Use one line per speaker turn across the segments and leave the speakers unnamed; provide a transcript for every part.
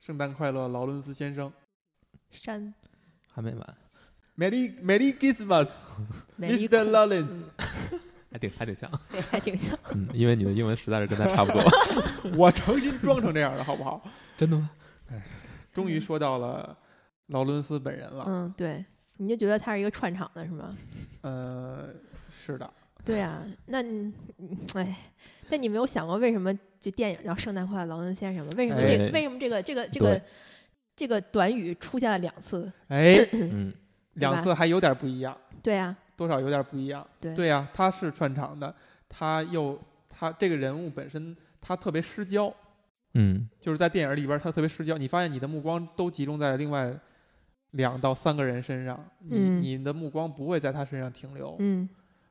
圣诞快乐，劳伦斯先生
山
还没完，
，Merry Merry Christmas，Mr.
美丽
Lawrence，
还挺还挺像，
还挺 像。
嗯，因为你的英文实在是跟他差不 多。
嗯
我诚心装成这样的好不 好？
真的吗？
终于说到了劳伦斯本人了，
嗯，对，你就觉得他是一个串场的是吗？
呃，是 的，
对啊，那你嗯哎，但你没有想过为什么这电影叫《圣诞快乐，劳伦斯先生》吗？为什么这、
哎
为什么这个这个这个
对
这个短语出现了两次？
哎，
嗯，
两次还有点不一样，
对啊，
多少有点不一样，
对
对呀、他是串场的，他又他这个人物本身他特别失焦，
嗯，
就是在电影里边儿他特别失焦，你发现你的目光都集中在另外两到三个人身上，你、
嗯
你的目光不会在他身上停留。
嗯，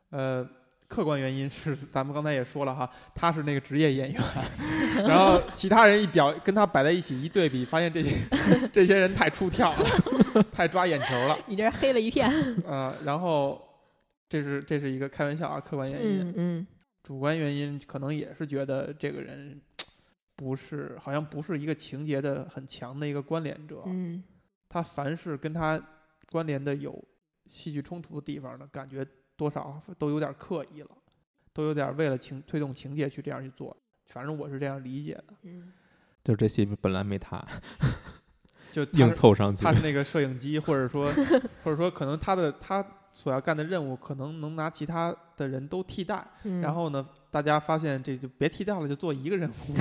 呃，客观原因是咱们刚才也说了哈，他是那个职业演员， 然后其他人一表跟他摆在一起一对比，发现这些这些 人太出挑了， 太抓眼球了，
你这儿黑了一片。
呃，然后这是这是一个开玩笑啊，客观原因。
嗯嗯
主观原因可能也是觉得这个人不是，好像不是一个情节的很强的一个关联者。
嗯，
他凡是跟他关联的有戏剧冲突的地方呢，感觉多少都有点刻意了，都有点为了情推动情节去这样去做。反正我是这样理解的，
嗯
就是这戏本来没他，
就他
硬
是
凑上去
他。是那个摄影机，或者说或者说可能他的他所要干的任务，可能能拿其他的人都替代。
嗯，
然后呢，大家发现这就别替代了，就做一个人 物，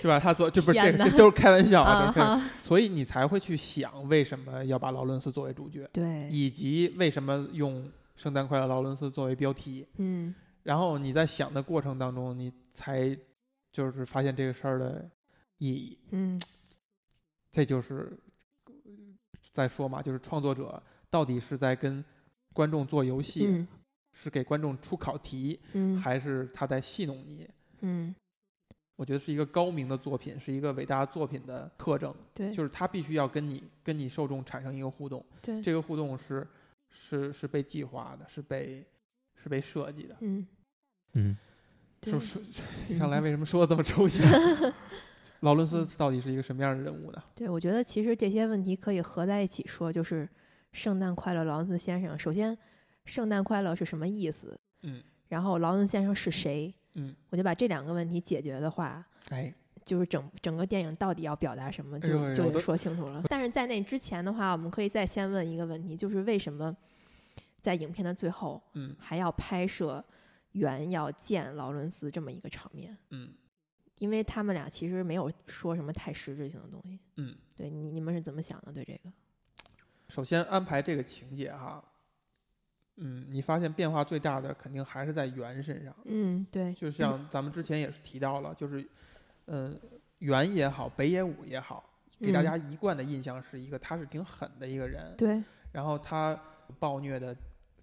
对吧？他做这不是这
天
个
哪
这都是开玩笑啊，
啊
都是开玩
哈，
所以你才会去想为什么要把劳伦斯作为主角，
对，
以及为什么用“圣诞快乐，劳伦斯”作为标题。
嗯
然后你在想的过程当中，你才就是发现这个事儿的意义。
嗯
这就是再说嘛，就是创作者到底是在跟观众做游戏，
嗯
是给观众出考题，
嗯
还是他在戏弄你？
嗯，
我觉得是一个高明的作品，是一个伟大作品的特征，
对，嗯
就是它必须要跟你跟你受众产生一个互动，
对，
这个互动是是是被计划的，是被是被设计的。
嗯
嗯，
对
说说 上来为什么说的这么抽象？ 劳伦斯到底是一个什么样的人物呢？
对，我觉得其实这些问题可以合在一起说，就是“圣诞快乐，劳伦斯先生”。首先，“圣诞快乐”是什么意思？
嗯。
然后，劳伦斯先生是谁？
嗯，
我就把这两个问题解决的话，
哎，
就是整整个电影到底要表达什么，
哎呦
就
哎
就
呦
也
都
说清楚了。但是在那之前的话，我们可以再先问一个问题，就是为什么在影片的最后
嗯
还要拍摄原要见劳伦斯这么一个场面？
嗯
因为他们俩其实没有说什么太实质性的东西。
嗯。
对你你们是怎么想的？对这个？
首先安排这个情节哈，嗯，你发现变化最大的肯定还是在圆身上。
嗯，对，
就像咱们之前也是提到了，就是，嗯，袁也好，北野武也好，给大
嗯
家一贯的印象是一个他是挺狠的一个人，
对，
然后他暴虐的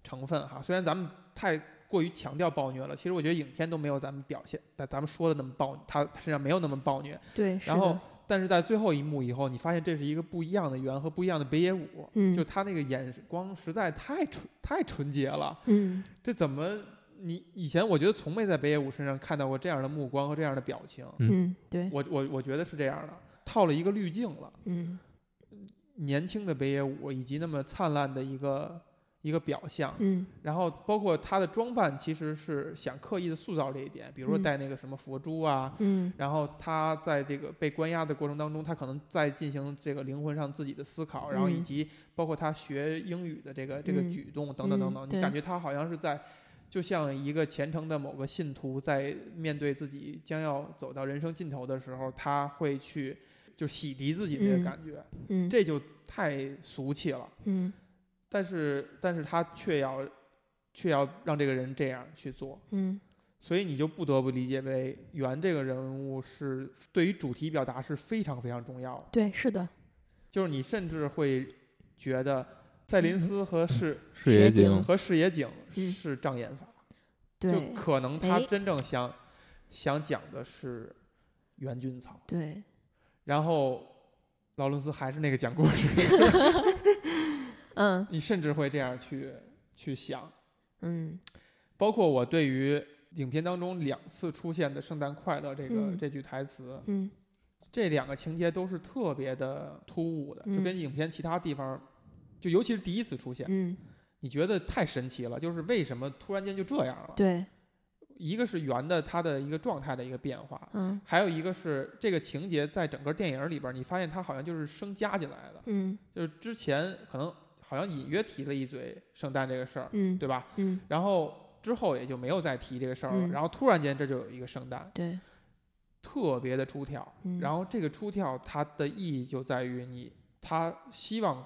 成分哈，虽然咱们太过于强调暴虐了，其实我觉得影片都没有咱们表现，但咱们说的那么暴，他他身上没有那么暴虐。
对，是
然后
的，
但是在最后一幕以后，你发现这是一个不一样的袁和不一样的北野武，
嗯，
就他那个眼光实在太纯太纯洁了。
嗯，
这怎么你以前我觉得从没在北野武身上看到过这样的目光和这样的表情，
嗯，对，
我我我觉得是这样的，套了一个滤镜了。
嗯，
年轻的北野武以及那么灿烂的一个一个表象，
嗯，
然后包括他的装扮，其实是想刻意的塑造这一点，比如说
嗯
戴那个什么佛珠啊，
嗯，
然后他在这个被关押的过程当中，他可能在进行这个灵魂上自己的思考，然后以
嗯
及包括他学英语的这个这个
嗯
举动等等等等，
嗯
你
对
感觉他好像是在，就像一个虔诚的某个信徒在面对自己将要走到人生尽头的时候，他会去就洗涤自己的
嗯
感觉，
嗯，
这就太俗气了。
嗯，
但是，但是他却要却要让这个人这样去做，
嗯，
所以你就不得不理解为袁这个人物是对于主题表达是非常非常重要的，
对，是的，
就是你甚至会觉得赛林斯和视
视嗯
水
野景
和视野景
嗯
是障眼法，就
对，
可能他
哎
真正想想讲的是袁俊草，
对，
然后劳伦斯还是那个讲故事，
嗯，
你甚至会这样去去想。
嗯，
包括我对于影片当中两次出现的“圣诞快乐”这个、
嗯
这句台词，
嗯，
这两个情节都是特别的突兀的，
嗯
就跟影片其他地方，就尤其是第一次出现，
嗯，
你觉得太神奇了，就是为什么突然间就这样了？
对，
一个是圆的它的一个状态的一个变化，
嗯
还有一个是这个情节在整个电影里边，你发现它好像就是生加进来的，
嗯
就是之前可能好像隐约提了一嘴圣诞这个事儿，
嗯，
对吧？
嗯
然后之后也就没有再提这个事儿了，
嗯
然后突然间这就有一个圣诞，
对，
特别的出挑。
嗯
然后这个出跳它的意义就在于你，他希望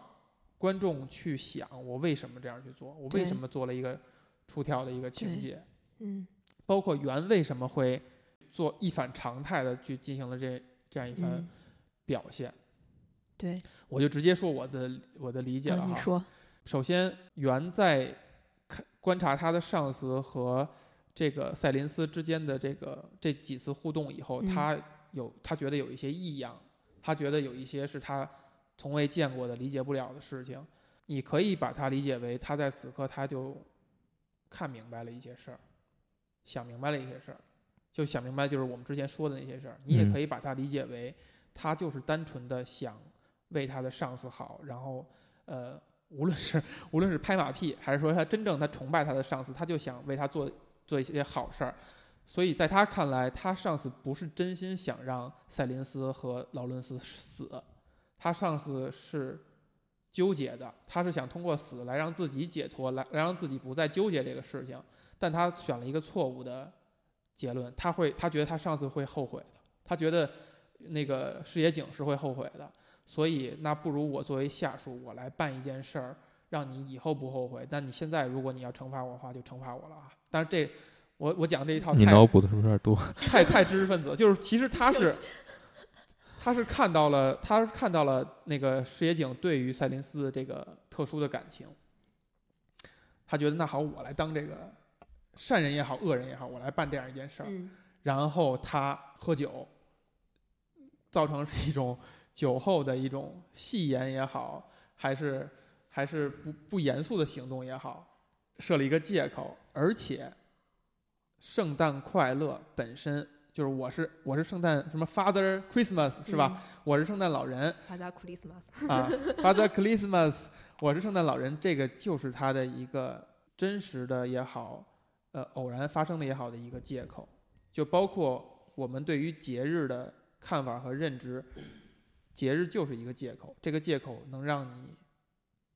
观众去想我为什么这样去做，我为
对
什么做了一个出跳的一个情
对
节，
嗯
包括原为什么会做一反常态的去进行了这这样一番
嗯
表现。
对，
我就直接说我的我的理解了哈。
嗯你说，
首先，原在看观察他的上司和这个赛林斯之间的这个这几次互动以后，
嗯
他有他觉得有一些异样，他觉得有一些是他从未见过的、理解不了的事情。你可以把它理解为他在此刻他就看明白了一些事儿，想明白了一些事儿，就想明白就是我们之前说的那些事儿。你也
嗯
可以把它理解为他就是单纯的想为他的上司好，然后呃，无论是无论是拍马屁，还是说他真正他崇拜他的上司，他就想为他做做一些好事儿。所以在他看来，他上司不是真心想让赛林斯和劳伦斯死，他上司是纠结的，他是想通过死来让自己解脱，来来让自己不再纠结这个事情。但他选了一个错误的结论，他会他觉得他上司会后悔的，他觉得那个视野井是会后悔的，所以那不如我作为下属，我来办一件事儿，让你以后不后悔。但你现在如果你要惩罚我的话，就惩罚我了啊！但是这我我讲这一套
你
太
脑补的是不是有点多？
太太知识分子，就是其实他是，他是看到了，他是看到了那个石野井对于赛林斯的这个特殊的感情，他觉得那好，我来当这个善人也好，恶人也好，我来办这样一件事儿。
嗯
然后他喝酒，造成是一种酒后的一种戏言也好，还是还是不不严肃的行动也好，设了一个借口，而且圣诞快乐本身就是我是我是圣诞什么 Father Christmas 是
嗯
吧？？我是圣诞老人
哈达库里斯马斯，
啊，Father Christmas，我是圣诞老人，这个就是他的一个真实的也好，呃，偶然发生的也好的一个借口，就包括我们对于节日的看法和认知，节日就是一个借口，这个借口能让你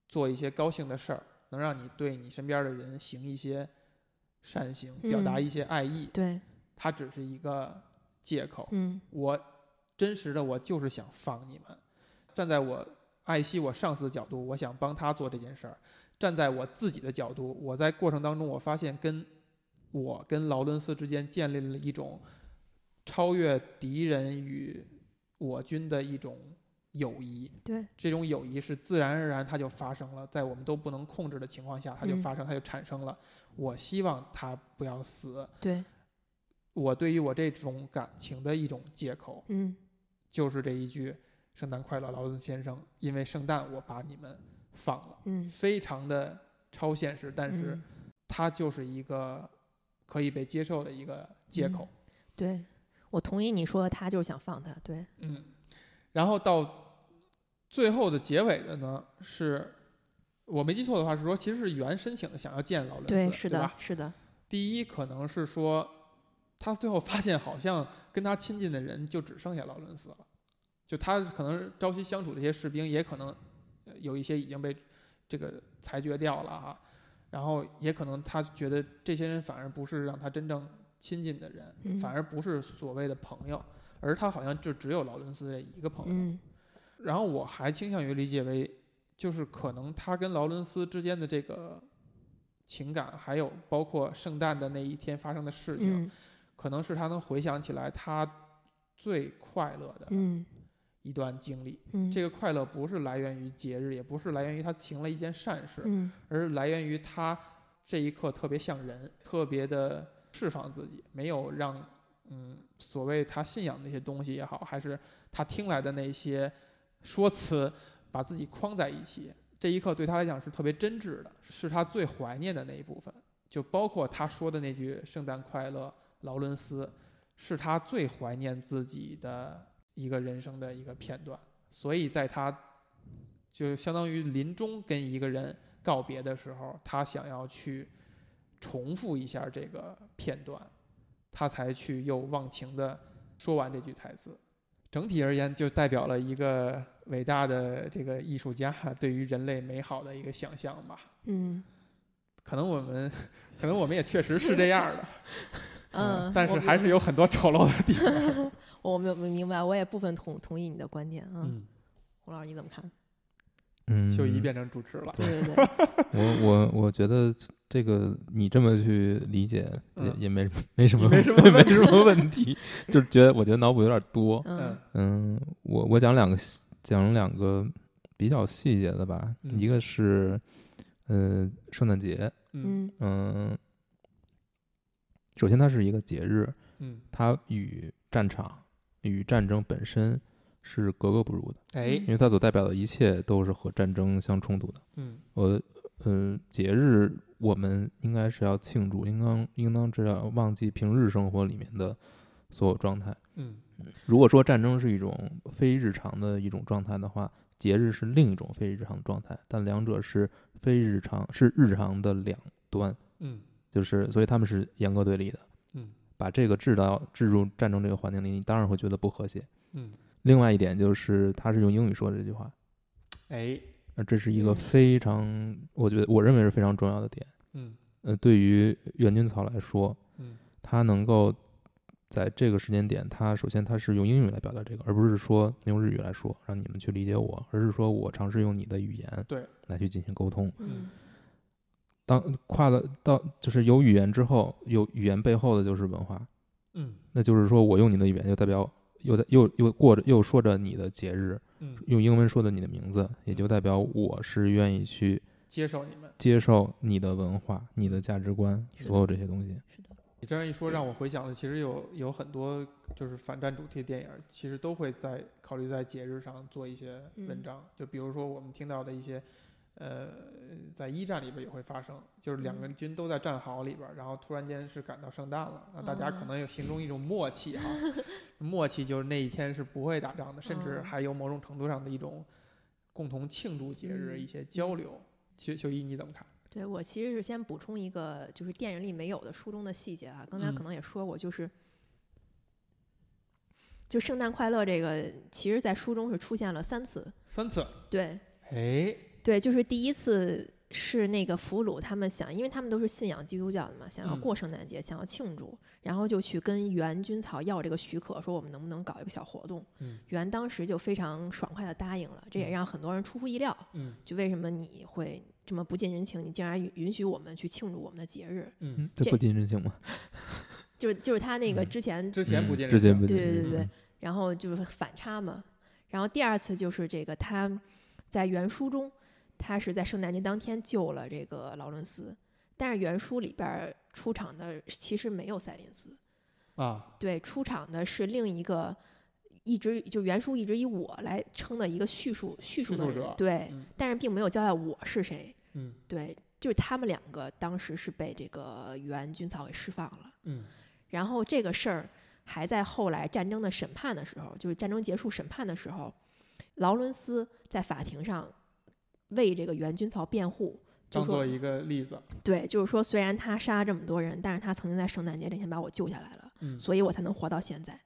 做一些高兴的事儿，能让你对你身边的人行一些善行，表达
嗯
一些爱意，
对，
它只是一个借口，
嗯
我真实的我就是想放你们，站在我爱惜我上司的角度，我想帮他做这件事儿；站在我自己的角度，我在过程当中我发现跟我跟劳伦斯之间建立了一种超越敌人与我军的一种友谊。
对，
这种友谊是自然而然它就发生了，在我们都不能控制的情况下，它就
嗯
发生，它就产生了。我希望他不要死，
对，
我对于我这种感情的一种借口。
嗯
就是这一句“圣诞快乐，劳伦斯先生”，因为圣诞我把你们放了，
嗯，
非常的超现实，但是
嗯
它就是一个可以被接受的一个
嗯
借口。
对，我同意你说他就是想放他，对，
嗯然后到最后的结尾的呢，是我没记错的话，是说其实是原申请的想要见劳伦斯，
对，是
对
的
吧，
是的，
第一可能是说。他最后发现，好像跟他亲近的人就只剩下劳伦斯了，就他可能朝夕相处这些士兵，也可能呃有一些已经被这个裁决掉了啊，然后也可能他觉得这些人反而不是让他真正亲近的人，
嗯
反而不是所谓的朋友，而他好像就只有劳伦斯这一个朋友。
嗯
然后我还倾向于理解为，就是可能他跟劳伦斯之间的这个情感，还有包括圣诞的那一天发生的事情，
嗯
可能是他能回想起来他最快乐的
嗯
一段经历。
嗯，
这个快乐不是来源于节日，也不是来源于他行了一件善事，
嗯
而是来源于他这一刻特别像人，特别的释放自己，没有让嗯所谓他信仰的那些东西也好，还是他听来的那些说辞，把自己框在一起。这一刻对他来讲是特别真挚的，是他最怀念的那一部分。就包括他说的那句“圣诞快乐，劳伦斯”，是他最怀念自己的一个人生的一个片段，所以在他就相当于临终跟一个人告别的时候，他想要去重复一下这个片段，他才去又忘情的说完这句台词。整体而言，就代表了一个伟大的这个艺术家对于人类美好的一个想象吧。
嗯
可能我们，可能我们也确实是这样的，
嗯，
但是
我
还是有很多丑陋的地方。
我没有明白，我也部分同同意你的观点啊。
嗯，
洪老师你怎么 看？
嗯，
秀姨变成主持了。
对对对，
我我我觉得这个你这么去理解也
嗯
也没没什么
没什么问
没什么问题， 就是觉得我觉得脑补有点多。
嗯
嗯
嗯，我我讲两个细讲两个比较细节的吧，
嗯
一个是呃圣诞节，
嗯
嗯
嗯、首先它是一个节日，
嗯，
它与战场与战争本身是格格不入的，
哎
因，为它所代表的一切都是和战争相冲突的。
嗯
我呃，节日我们应该是要庆祝，应当应当知道忘记平日生活里面的所有状态。
嗯
如果说战争是一种非日常的一种状态的话，节日是另一种非日常的状态，但两者是非日常是日常的两端，
嗯
就是所以他们是严格对立的。
嗯，
把这个置到置入战争这个环境里，你当然会觉得不和谐。
嗯，
另外一点就是，他是用英语说这句话，
哎，
呃，这是一个
嗯
非常，我觉得我认为是非常重要的点。
嗯
呃，对于袁军草来说，
嗯
他能够在这个时间点，他首先他是用英语来表达这个，而不是说用日语来说，让你们去理解我，而是说我尝试用你的语言
对
来去进行沟通。
嗯
当跨了到就是有语言之后，有语言背后的就是文化，
嗯
那就是说我用你的语言就代表。又在又又过着又说着你的节日，
嗯，
用英文说的你的名字，也就代表我是愿意去
接受你们。
接受你的文化、你的价值观，所有这些东西。
是的，
你这样一说，让我回想了，其实有有很多就是反战主题电影，其实都会在考虑在节日上做一些
嗯
文章。就比如说我们听到的一些，呃，在一战里边也会发生，就是两个
嗯
军都在战壕里边，然后突然间是赶到圣诞了，那大家可
哦
能有形成一种默契哈， 默契就是那一天是不会打仗的，甚至
哦
还有某种程度上的一种共同庆祝节日、
嗯
一些交流。秀秀一你怎么看？
对我其实是先补充一个，就是电影里没有的书中的细节啊。刚才
嗯
可能也说过，就是。就圣诞快乐这个，其实在书中是出现了三次。
三次，
对，
哎，
对，就是第一次是那个俘虏他们想，因为他们都是信仰基督教的嘛，想要
嗯
过圣诞节，想要庆祝，然后就去跟袁军草要这个许可，说我们能不能搞一个小活动。
嗯
袁当时就非常爽快的答应了，这也
嗯
让很多人出乎意料，
嗯
就为什么你会这么不近人情，你竟然允允许我们去庆祝我们的节日，
嗯，
这
这
不近人情吗？
就是就是他那个
嗯
之前
之前不
嗯
见人
之前
情
不
对
近人
对
情
嗯
对对，然后就是反差嘛。然后第二次就是这个他在原书中，他是在圣诞节当天救了这个劳伦斯，但是原书里边儿出场的其实没有赛林斯，
啊。
对，出场的是另一个。一直就原书一直以我来称的一个叙述叙述
叙
的
述
人
者
对，
嗯
但是并没有交代我是谁，
嗯
对，就是他们两个当时是被这个袁军草给释放了，
嗯
然后这个事儿还在后来战争的审判的时候，就是战争结束审判的时候，劳伦斯在法庭上为这个袁军曹辩护，就
当做
说
一个例子，
对，就是说虽然他杀了这么多人，但是他曾经在圣诞节这天把我救下来了，
嗯
所以我才能活到现在。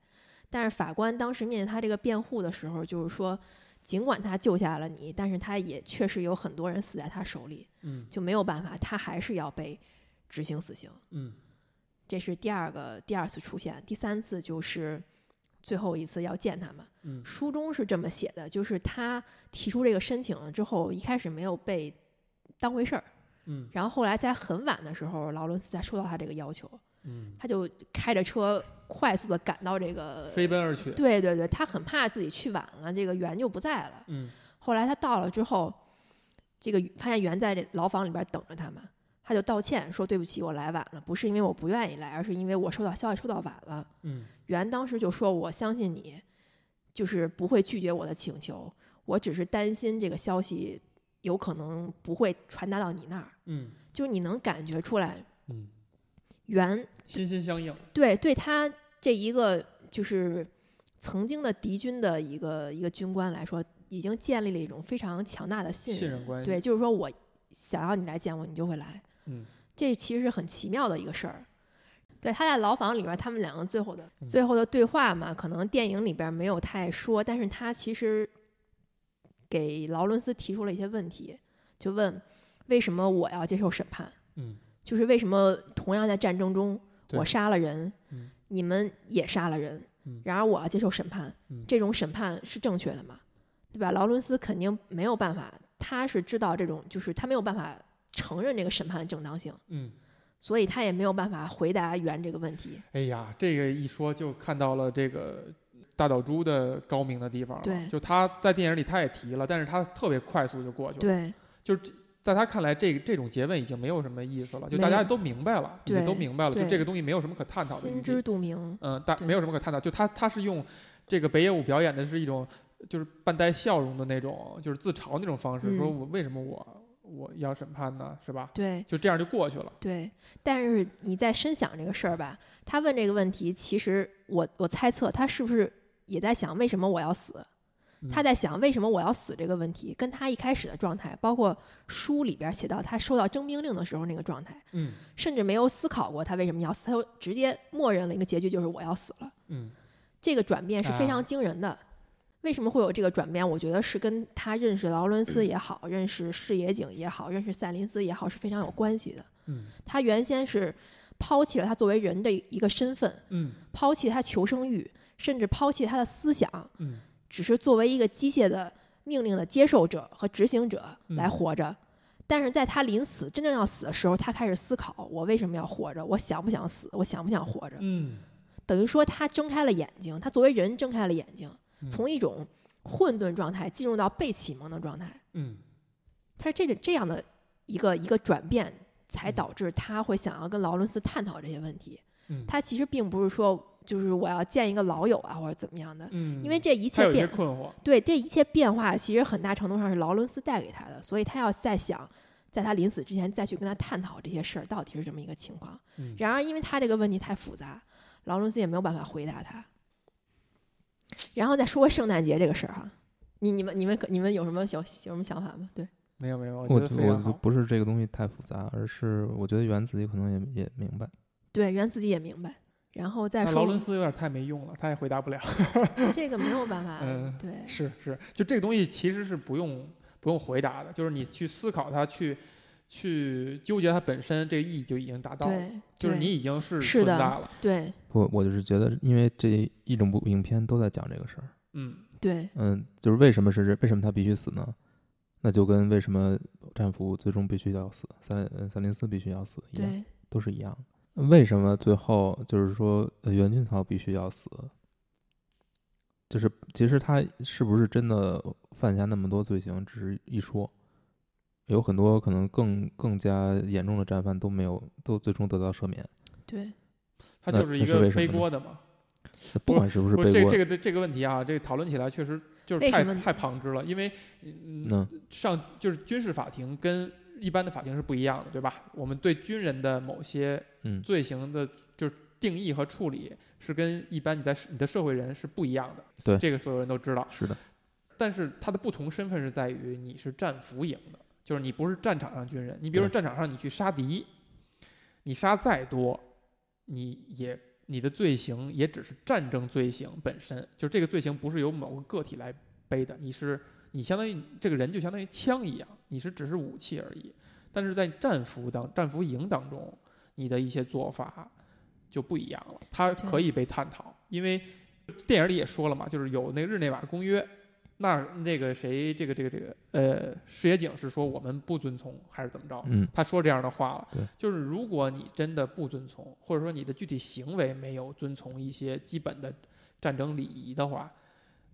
但是法官当时面对他这个辩护的时候，就是说，尽管他救下了你，但是他也确实有很多人死在他手里，
嗯
就没有办法，他还是要被执行死刑。
嗯
这是第二个第二次出现，第三次就是最后一次要见他们。
嗯
书中是这么写的，就是他提出这个申请了之后，一开始没有被当回事儿，
嗯
然后后来在很晚的时候，劳伦斯才收到他这个要求，
嗯，
他就开着车快速的赶到这个。
飞奔而去，
呃对对对，他很怕自己去晚了，这个袁就不在了。
嗯
后来他到了之后，这个发现袁在这牢房里边等着他们，他就道歉说：“对不起，我来晚了，不是因为我不愿意来，而是因为我收到消息收到晚了。
嗯”
袁当时就说：“我相信你，就是不会拒绝我的请求，我只是担心这个消息有可能不会传达到你那儿。
嗯”
就是你能感觉出来，
嗯，
袁
心心相印，
对对他这一个就是曾经的敌军的一个一个军官来说，已经建立了一种非常强大的信任。
信任关系，
对，就是说我想要你来见我，你就会来。
嗯，
这其实是很奇妙的一个事儿。对，他在牢房里边，他们两个最后的、
嗯
最后的对话嘛，可能电影里边没有太说，但是他其实给劳伦斯提出了一些问题，就问为什么我要接受审判？
嗯，
就是为什么同样在战争中，
对
我杀了人，
嗯
你们也杀了人，
嗯
然而我要接受审判，
嗯
这种审判是正确的吗？对吧？劳伦斯肯定没有办法，他是知道这种，就是他没有办法承认这个审判的正当性，
嗯，
所以他也没有办法回答原这个问题。
哎呀，这个一说就看到了这个大岛猪的高明的地方了。
对
就他在电影里他也提了，但是他特别快速就过去了。
对
就是这在他看来，这这种诘问已经没有什么意思了，就
没
大家都明白了，已
对
经都明白了，就
对
这个东西没有什么可探讨的余
心
地
知。肚明，
嗯，大
对
没有什么可探讨，就他他是用这个北野武表演的是一种就是半带笑容的那种，就是自嘲那种方式，
嗯
说我为什么我我要审判呢？是吧？
对
就这样就过去了。
对。但是你在深想这个事儿吧，他问这个问题，其实我我猜测他是不是也在想为什么我要死？
嗯
他在想为什么我要死这个问题，跟他一开始的状态，包括书里边写到他收到征兵令的时候那个状态，
嗯
甚至没有思考过他为什么要死，他就直接默认了一个结局就是我要死了。
嗯
这个转变是非常惊人的。为什么会有这个转变？我觉得是跟他认识劳伦斯也好，认识视野井也好，认识赛林斯也好是非常有关系的。
嗯
他原先是抛弃了他作为人的一个身份，
嗯
抛弃他求生欲，甚至抛弃他的思想，
嗯
只是作为一个机械的命令的接受者和执行者
嗯
来活着。但是在他临死真正要死的时候，他开始思考：我为什么要活着？我想不想死？我想不想活着？
嗯
等于说，他睁开了眼睛，他作为人睁开了眼睛，
嗯
从一种混沌状态进入到被启蒙的状态。
嗯
他是这个这样的一个一个转变，才
嗯
导致他会想要跟劳伦斯探讨这些问题。
嗯
他其实并不是说就是我要见一个老友啊，或者怎么样的，
嗯，
因为这一
他
切
有一
变
些困惑。
对这一切变化，其实很大程度上是劳伦斯带给他的，所以他要再想，在他临死之前再去跟他探讨这些事儿到底是什么一个情况。
嗯
然而，因为他这个问题太复杂，劳伦斯也没有办法回答他。然后再说回圣诞节这个事儿哈，你你们你们你们有什么小有什么想法吗？对，
没有没有，我觉
我
得非
我
常好。
就不是这个东西太复杂，而是我觉得原自己可能也也明白。
对，原自己也明白。然后再
那
说
劳伦斯有点太没用了，他也回答不了。
这个没有办法，
嗯
对
是是，就这个东西其实是不用不用回答的，就是你去思考它，去去纠结它本身，这个意义就已经达到了，
对，
就是
对
你已经是
是
存在
的
了。
对
我我就是觉得，因为这一整部影片都在讲这个事儿，
嗯
对
嗯，就是为什么是这为什么他必须死呢？那就跟为什么战俘最终必须要死，三呃三零四必须要死一样，
对
都是一样的。为什么最后就是说呃袁俊草必须要死？就是其实他是不是真的犯下那么多罪行，只是一说，有很多可能更更加严重的战犯都没有，都最终得到赦免。
对，
它
那
就是一
那是
个
为什
背
么呢
锅的嘛。
那不管是不是
不，
背
这
锅，
这个这个问题啊，这个讨论起来确实就是
为
太
什么
太旁枝了，因为嗯，
嗯
上就是军事法庭跟一般的法庭是不一样的，对吧？我们对军人的某些
嗯
罪行的，就是定义和处理是跟一般你在你的社会人是不一样的。
对
这个所有人都知道。
是的，
但是它的不同身份是在于你是战俘营的，就是你不是战场上军人。你比如说战场上你去杀敌，你杀再多，你也你的罪行也只是战争罪行本身，就这个罪行不是由某个个体来背的，你是你相当于这个人就相当于枪一样，你是只是武器而已。但是在战俘当战俘营当中，你的一些做法就不一样了，它
对
可以被探讨，因为电影里也说了嘛，就是有那日内瓦公约，那那个谁，这个这个这个，呃，视野警是说我们不遵从还是怎么着？
嗯，
他说这样的话了
对，
就是如果你真的不遵从，或者说你的具体行为没有遵从一些基本的战争礼仪的话，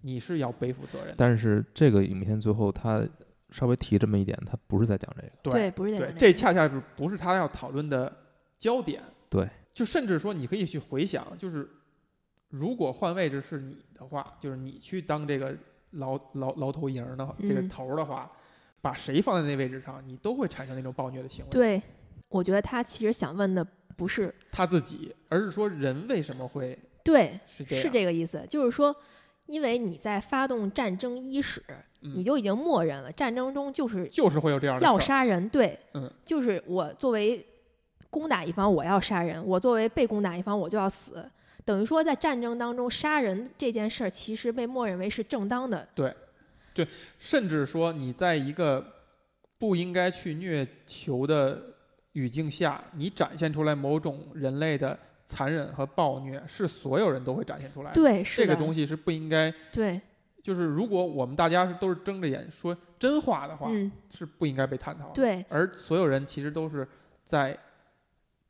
你是要背负责任的。
但是这个影片最后他稍微提这么一点，他不是在讲这个，
对不是在
对
讲，
这
个
恰恰是不是他要讨论的焦点？
对，
就甚至说你可以去回想，就是如果换位置是你的话，就是你去当这个牢牢牢头营儿的这个
嗯
头儿的话，把谁放在那位置上，你都会产生那种暴虐的行为。
对，我觉得他其实想问的不是
他自己，而是说人为什么会
对，
是这样？
是这个意思，就是说因为你在发动战争伊始，
嗯
你就已经默认了战争中就是
就是会有这样的
要
事儿。
杀人，对，
嗯
就是我作为攻打一方，我要杀人；我作为被攻打一方，我就要死。等于说，在战争当中，杀人这件事儿其实被默认为是正当的，
甚至说你在一个不应该去虐囚的语境下，你展现出来某种人类的残忍和暴虐，是所有人都会展现出来的。
对，是
哎这
的，
个东西是不应该，
对，
就是如果我们大家是都是睁着眼说真话的话，
嗯，
是不应该被探讨的。
对，
而所有人其实都是在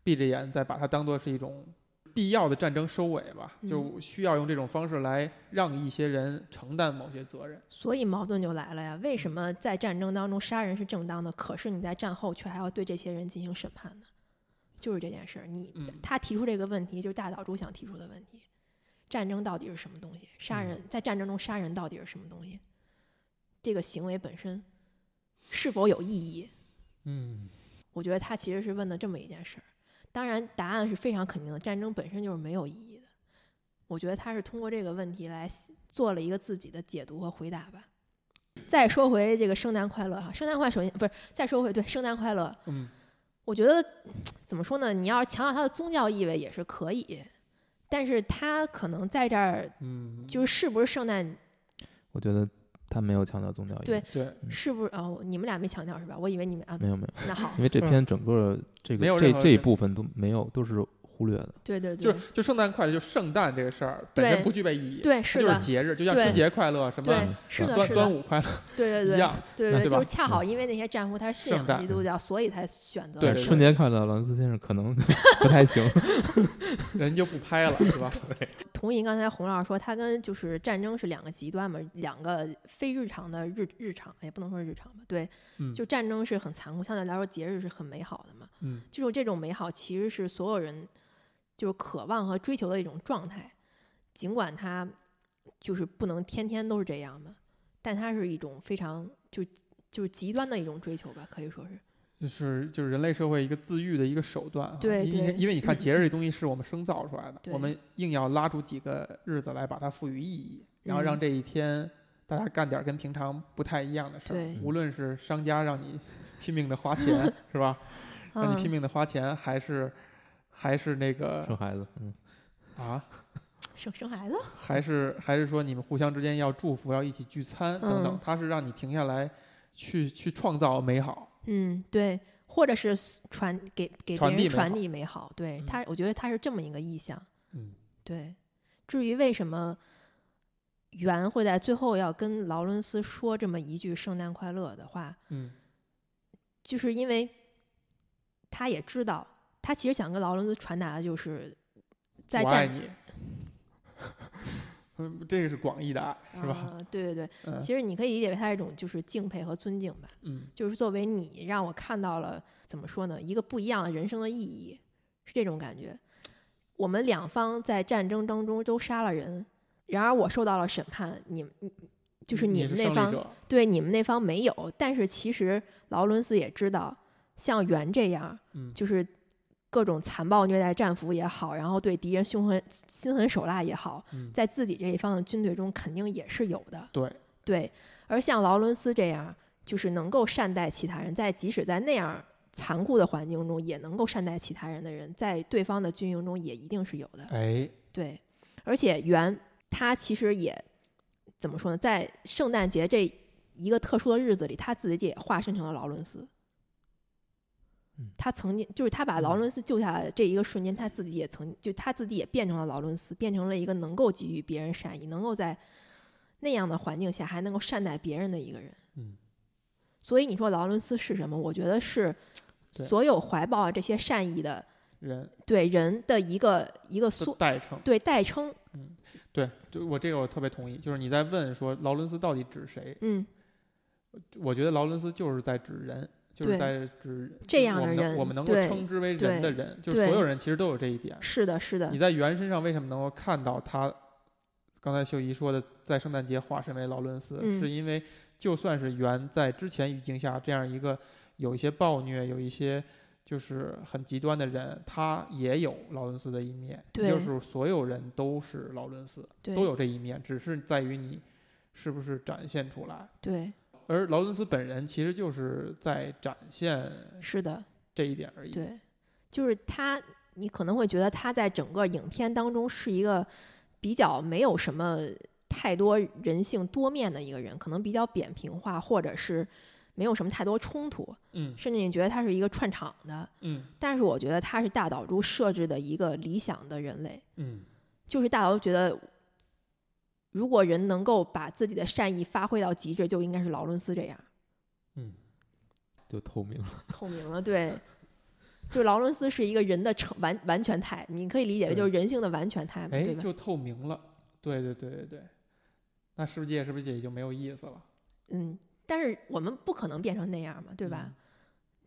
闭着眼，在把它当做是一种必要的战争收尾吧，
嗯
就需要用这种方式来让一些人承担某些责任。
所以矛盾就来了呀。为什么在战争当中杀人是正当的，可是你在战后却还要对这些人进行审判呢？就是这件事儿，你
嗯，
他提出这个问题，就是大岛渚想提出的问题：战争到底是什么东西？杀
嗯
人在战争中杀人到底是什么东西？这个行为本身是否有意义？
嗯，
我觉得他其实是问的这么一件事儿。当然，答案是非常肯定的，战争本身就是没有意义的。我觉得他是通过这个问题来做了一个自己的解读和回答吧。再说回这个圣诞快乐哈，圣诞快乐首先不是再说回对圣诞快乐，
嗯，
我觉得怎么说呢？你要是强调它的宗教意味也是可以，但是它可能在这儿
嗯，
就是是不是圣诞，
我觉得他没有强调宗教意义。
对
对，
是不是哦？你们俩没强调是吧？我以为你们啊，
没有没有，
那好
因，为这
嗯
篇整个这
没有
个
任
这
何
这一
的
部分都没有，都是忽略的。
对对
就
对
是，就圣诞快乐，就圣诞这个事儿本
对
身不具备意义，
对
它
是
就
的
是，节日，就像
对
春节快乐什么
对是的
端
是
端
的，
午快乐
对对
一
对
样，
对
那
对，
对吧
就是恰好因为那些战俘他是信
圣
仰
诞
基督教，所以才选择
对
了
对
圣
春节快乐，劳伦斯先生可能不太 行。
人就不拍了，是吧？
同意刚才洪老师说，它跟就是战争是两个极端嘛，两个非日常的日日常，也不能说日常吧，对，
嗯
就战争是很残酷，相对来说节日是很美好的嘛，
嗯，
就是这种美好其实是所有人就是渴望和追求的一种状态，尽管它就是不能天天都是这样嘛，但它是一种非常就就是极端的一种追求吧，可以说是
就是就是人类社会一个自愈的一个手段啊，
对
因为
对嗯
因为你看节日这东西是我们生造出来的，
对
我们硬要拉出几个日子来把它赋予意义，然后让
嗯
这一天大家干点儿跟平常不太一样的事儿
对，
无论是嗯商家让你 拼命的花 钱是吧，让你拼
嗯，
命的花钱，还是还是那
生
个
孩子，嗯，
啊，
生生孩子，
还是还是说你们互相之间要祝福，要一起聚餐等等
嗯，
它是让你停下来去去创造美好，
嗯，对，或者是传给给别
传递
人
美
传
好
递美好，对
嗯
他，我觉得他是这么一个意向，
嗯
对。至于为什么袁会在最后要跟劳伦斯说这么一句“圣诞快乐”的话，
嗯
就是因为他也知道，他其实想跟劳伦斯传达的就是在
我爱
战
你。 嗯，这个是广义的爱，是吧？
啊对对对，
嗯
其实你可以理解为他是一种就是敬佩和尊敬吧，
嗯
就是作为你让我看到了怎么说呢，一个不一样的人生的意义，是这种感觉。我们两方在战争当中都杀了人，然而我受到了审判，你们你就是
你
们
是
那
胜利
方
者
对你们那方没有，但是其实劳伦斯也知道，像袁这样，
嗯
就是各种残暴虐待战俘也好，然后对敌人凶狠心狠手辣也好，
嗯
在自己这一方的军队中肯定也是有的。
对
对，而像劳伦斯这样，就是能够善待其他人，在即使在那样残酷的环境中也能够善待其他人的人，在对方的军营中也一定是有的。
哎，
对，而且袁他其实也怎么说呢，在圣诞节这一个特殊的日子里，他自己也化身成了劳伦斯
嗯。
他曾经就是他把劳
嗯
伦斯救下来的这一个瞬间，他自己也曾就他自己也变成了劳伦斯，变成了一个能够给予别人善意，能够在那样的环境下还能够善待别人的一个人。
嗯，
所以你说劳伦斯是什么？我觉得是
对
所有怀抱这些善意的
人
对人的一个一个
的
缩
代称。
对代称。
对，就我这个我特别同意，就是你在问说劳伦斯到底指谁？
嗯，
我觉得劳伦斯就是在指人，就是
对
在指就
这
是
样
我
的
们能
人
我们能够
对
称之为人的
对
人，就是所
对
有人其实都有这一点。
是的，是的
你，在猿身上为什么能够看到他？刚才秀姨说的，在圣诞节化身为劳伦斯，
嗯
是因为就算是猿在之前语境下这样一个有一些暴虐、有一些就是很极端的人，他也有劳伦斯的一面，
对
就是所有人都是劳伦斯，
对
都有这一面，只是在于你是不是展现出来。
对，
而劳伦斯本人其实就是在展现
是的，
这一点而已。
对，就是他，你可能会觉得他在整个影片当中是一个比较没有什么太多人性多面的一个人，可能比较扁平化，或者是没有什么太多冲突，
嗯
甚至你觉得他是一个串场的。
嗯
但是我觉得他是大岛渚设置的一个理想的人类，
嗯，
就是大岛渚觉得。如果人能够把自己的善意发挥到极致，就应该是劳伦斯这样。
就透明了。
透明了，对。就劳伦斯是一个人的成完完全态，你可以理解为就是人性的完全态嘛，
哎，
对吧？
就透明了。对对对对对，那世界是不是也就没有意思了？
嗯，但是我们不可能变成那样嘛，对吧？
嗯？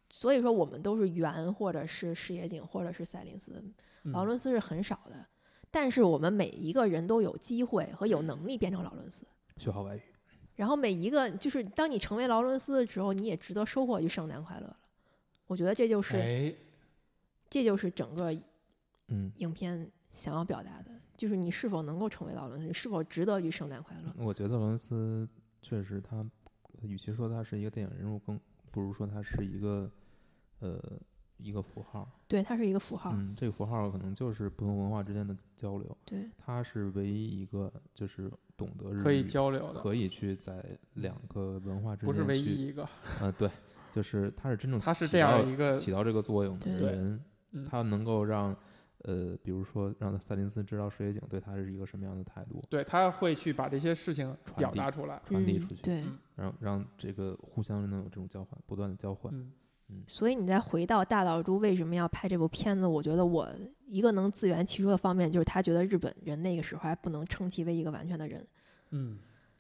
所以说我们都是圆，或者是视野井，或者是赛林斯，
嗯
劳伦斯是很少的。但是我们每一个人都有机会和有能力变成劳伦斯。
学好外语，
然后每一个就是当你成为劳伦斯的时候，你也值得收获一句圣诞快乐了。我觉得这就是、
哎，
这就是整个
嗯，
影片想要表达的，就是你是否能够成为劳伦斯，你是否值得于圣诞快乐。
嗯我觉得劳伦斯确实他，呃与其说他是一个电影人物，更不如说他是一个呃一个符号。
对，它是一个符号。
嗯，这个符号可能就是不同文化之间的交流。
对
他是唯一一个就是懂得日语
可以交流的，
可以去在两个文化之间
不是唯
去，
一一个，
呃，对，就是他是真正
他是
起
这样
到
的一个，
起到这个作用的
对
人
嗯，
他能够让呃，比如说让赛林斯知道水野井对他是一个什么样的态度，
对他会去把这些事情
传
表
递
达出来。
传递出
嗯。
去，
对
嗯，
然后让这个互相能有这种交换，不断的交换。
嗯，
所以你再回到大岛渚为什么要拍这部片子，我觉得我一个能自圆其说的方面，就是他觉得日本人那个时候还不能称其为一个完全的人，
嗯，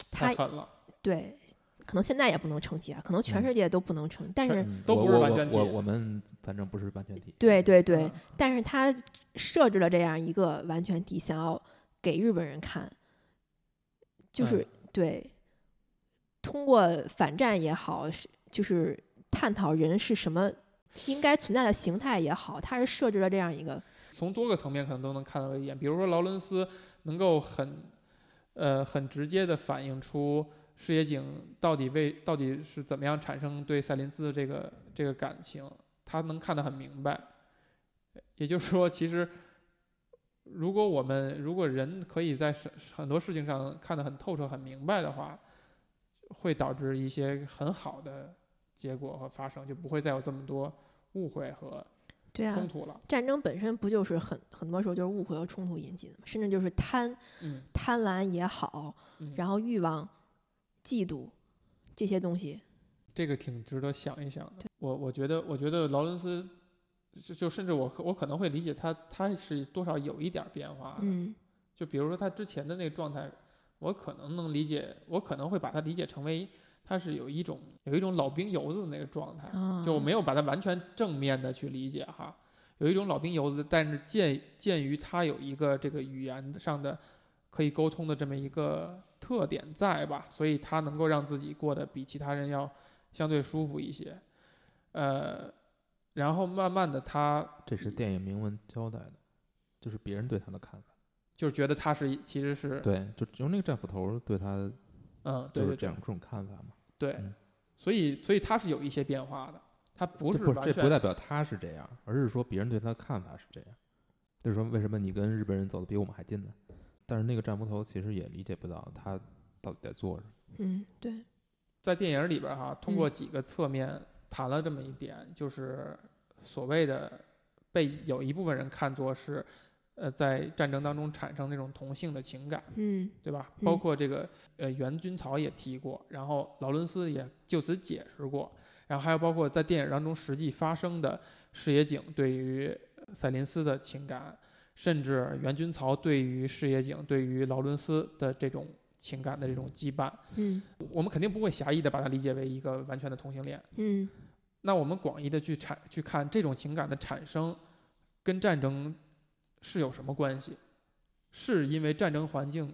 他
太狠了，
对，可能现在也不能称其啊，可能全
嗯
世界都不能称，但
全
是。
嗯
都
我
不是
我
完
我
全体
我我们反正不是完全体。
对对对，
嗯
但是他设置了这样一个完全体，想要给日本人看，就是、
嗯
对，通过反战也好，是就是探讨人是什么应该存在的形态也好，他是设置了这样一个
从多个层面可能都能看到一点，比如说劳伦斯能够很，呃，很直接的反映出视野井到底为到底是怎么样产生对赛林斯的这个这个感情，他能看得很明白。也就是说，其实如果我们如果人可以在很很多事情上看得很透彻、很明白的话，会导致一些很好的结果和发生，就不会再有这么多误会和
对啊
冲，突了。
战争本身不就是很很多时候就是误会和冲突引起的嘛，甚至就是贪
嗯，
贪婪也好，
嗯
然后欲望、嫉妒这些东西，
这个挺值得想一想的
对。
我我觉得，我觉得劳伦斯，就就甚至我可我可能会理解他，他是多少有一点儿变化的。
嗯，
就比如说他之前的那个状态，我可能能理解，我可能会把他理解成为他是有一种有一种老兵油子的那个状态。
啊，
就我没有把它完全正面的去理解哈，有一种老兵油子，但是鉴鉴于它有一个这个语言上的可以沟通的这么一个特点在吧，所以它能够让自己过得比其他人要相对舒服一些，呃，然后慢慢的他
这是电影明文交代的，就是别人对他的看法。
就是觉得他是其实是
对，就只有那个战斧头对他
嗯对
就是
对
这
对
样这种看法嘛。
对
嗯，
所以所以他是有一些变化的，他不
这
是
不
完
这不
全
代表他是这样，而是说别人对他的看法是这样。就是说，为什么你跟日本人走的比我们还近呢？但是那个战斧头其实也理解不到他到底在做什么。
嗯，对。
在电影里边儿哈，通过
嗯
几个侧面谈了这么一点，就是所谓的被有一部分人看作是，呃，在战争当中产生那种同性的情感，
嗯
对吧？
嗯
包括这个呃，袁军曹也提过，然后劳伦斯也就此解释过，然后还有包括在电影当中实际发生的视野井对于赛林斯的情感，甚至袁军曹对于视野井对于劳伦斯的这种情感的这种羁绊。
嗯
我们肯定不会狭义的把它理解为一个完全的同性恋。
嗯
那我们广义的去产去看这种情感的产生，跟战争是有什么关系？是因为战争环境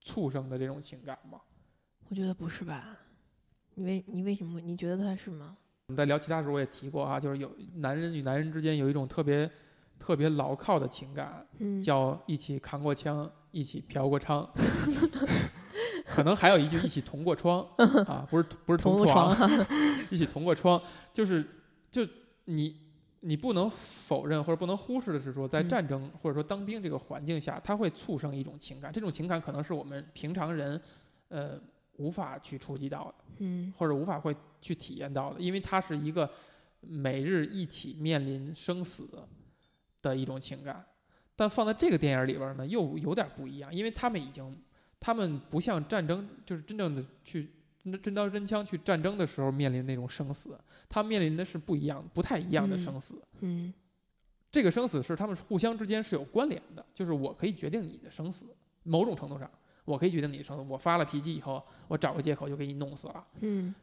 促生的这种情感吗？，
我觉得不是吧？你为你为什么你觉得他是吗？
我们在聊其他时候我也提过啊，就是有男人与男人之间有一种特别特别牢靠的情感，
嗯，
叫一起扛过枪，一起嫖过娼， 可能还有一句一起同过窗啊，不是不是
同
同
屋床
床， 一起同过窗，就是就你你不能否认或者不能忽视的是说，在
嗯
战争或者说当兵这个环境下，它会促生一种情感，这种情感可能是我们平常人呃无法去触及到的，
嗯
或者无法会去体验到的，因为它是一个每日一起面临生死的一种情感。但放在这个电影里边儿呢，又有点不一样，因为他们已经，他们不像战争，就是真正的去真真刀真枪去战争的时候面临那种生死，他面临的是不一样、不太一样的
嗯
生死。
嗯
这个生死是他们互相之间是有关联的，就是我可以决定你的生死，某种程度上，我可以决定你的生死。我发了脾气以后，我找个借口就给你弄死了。
嗯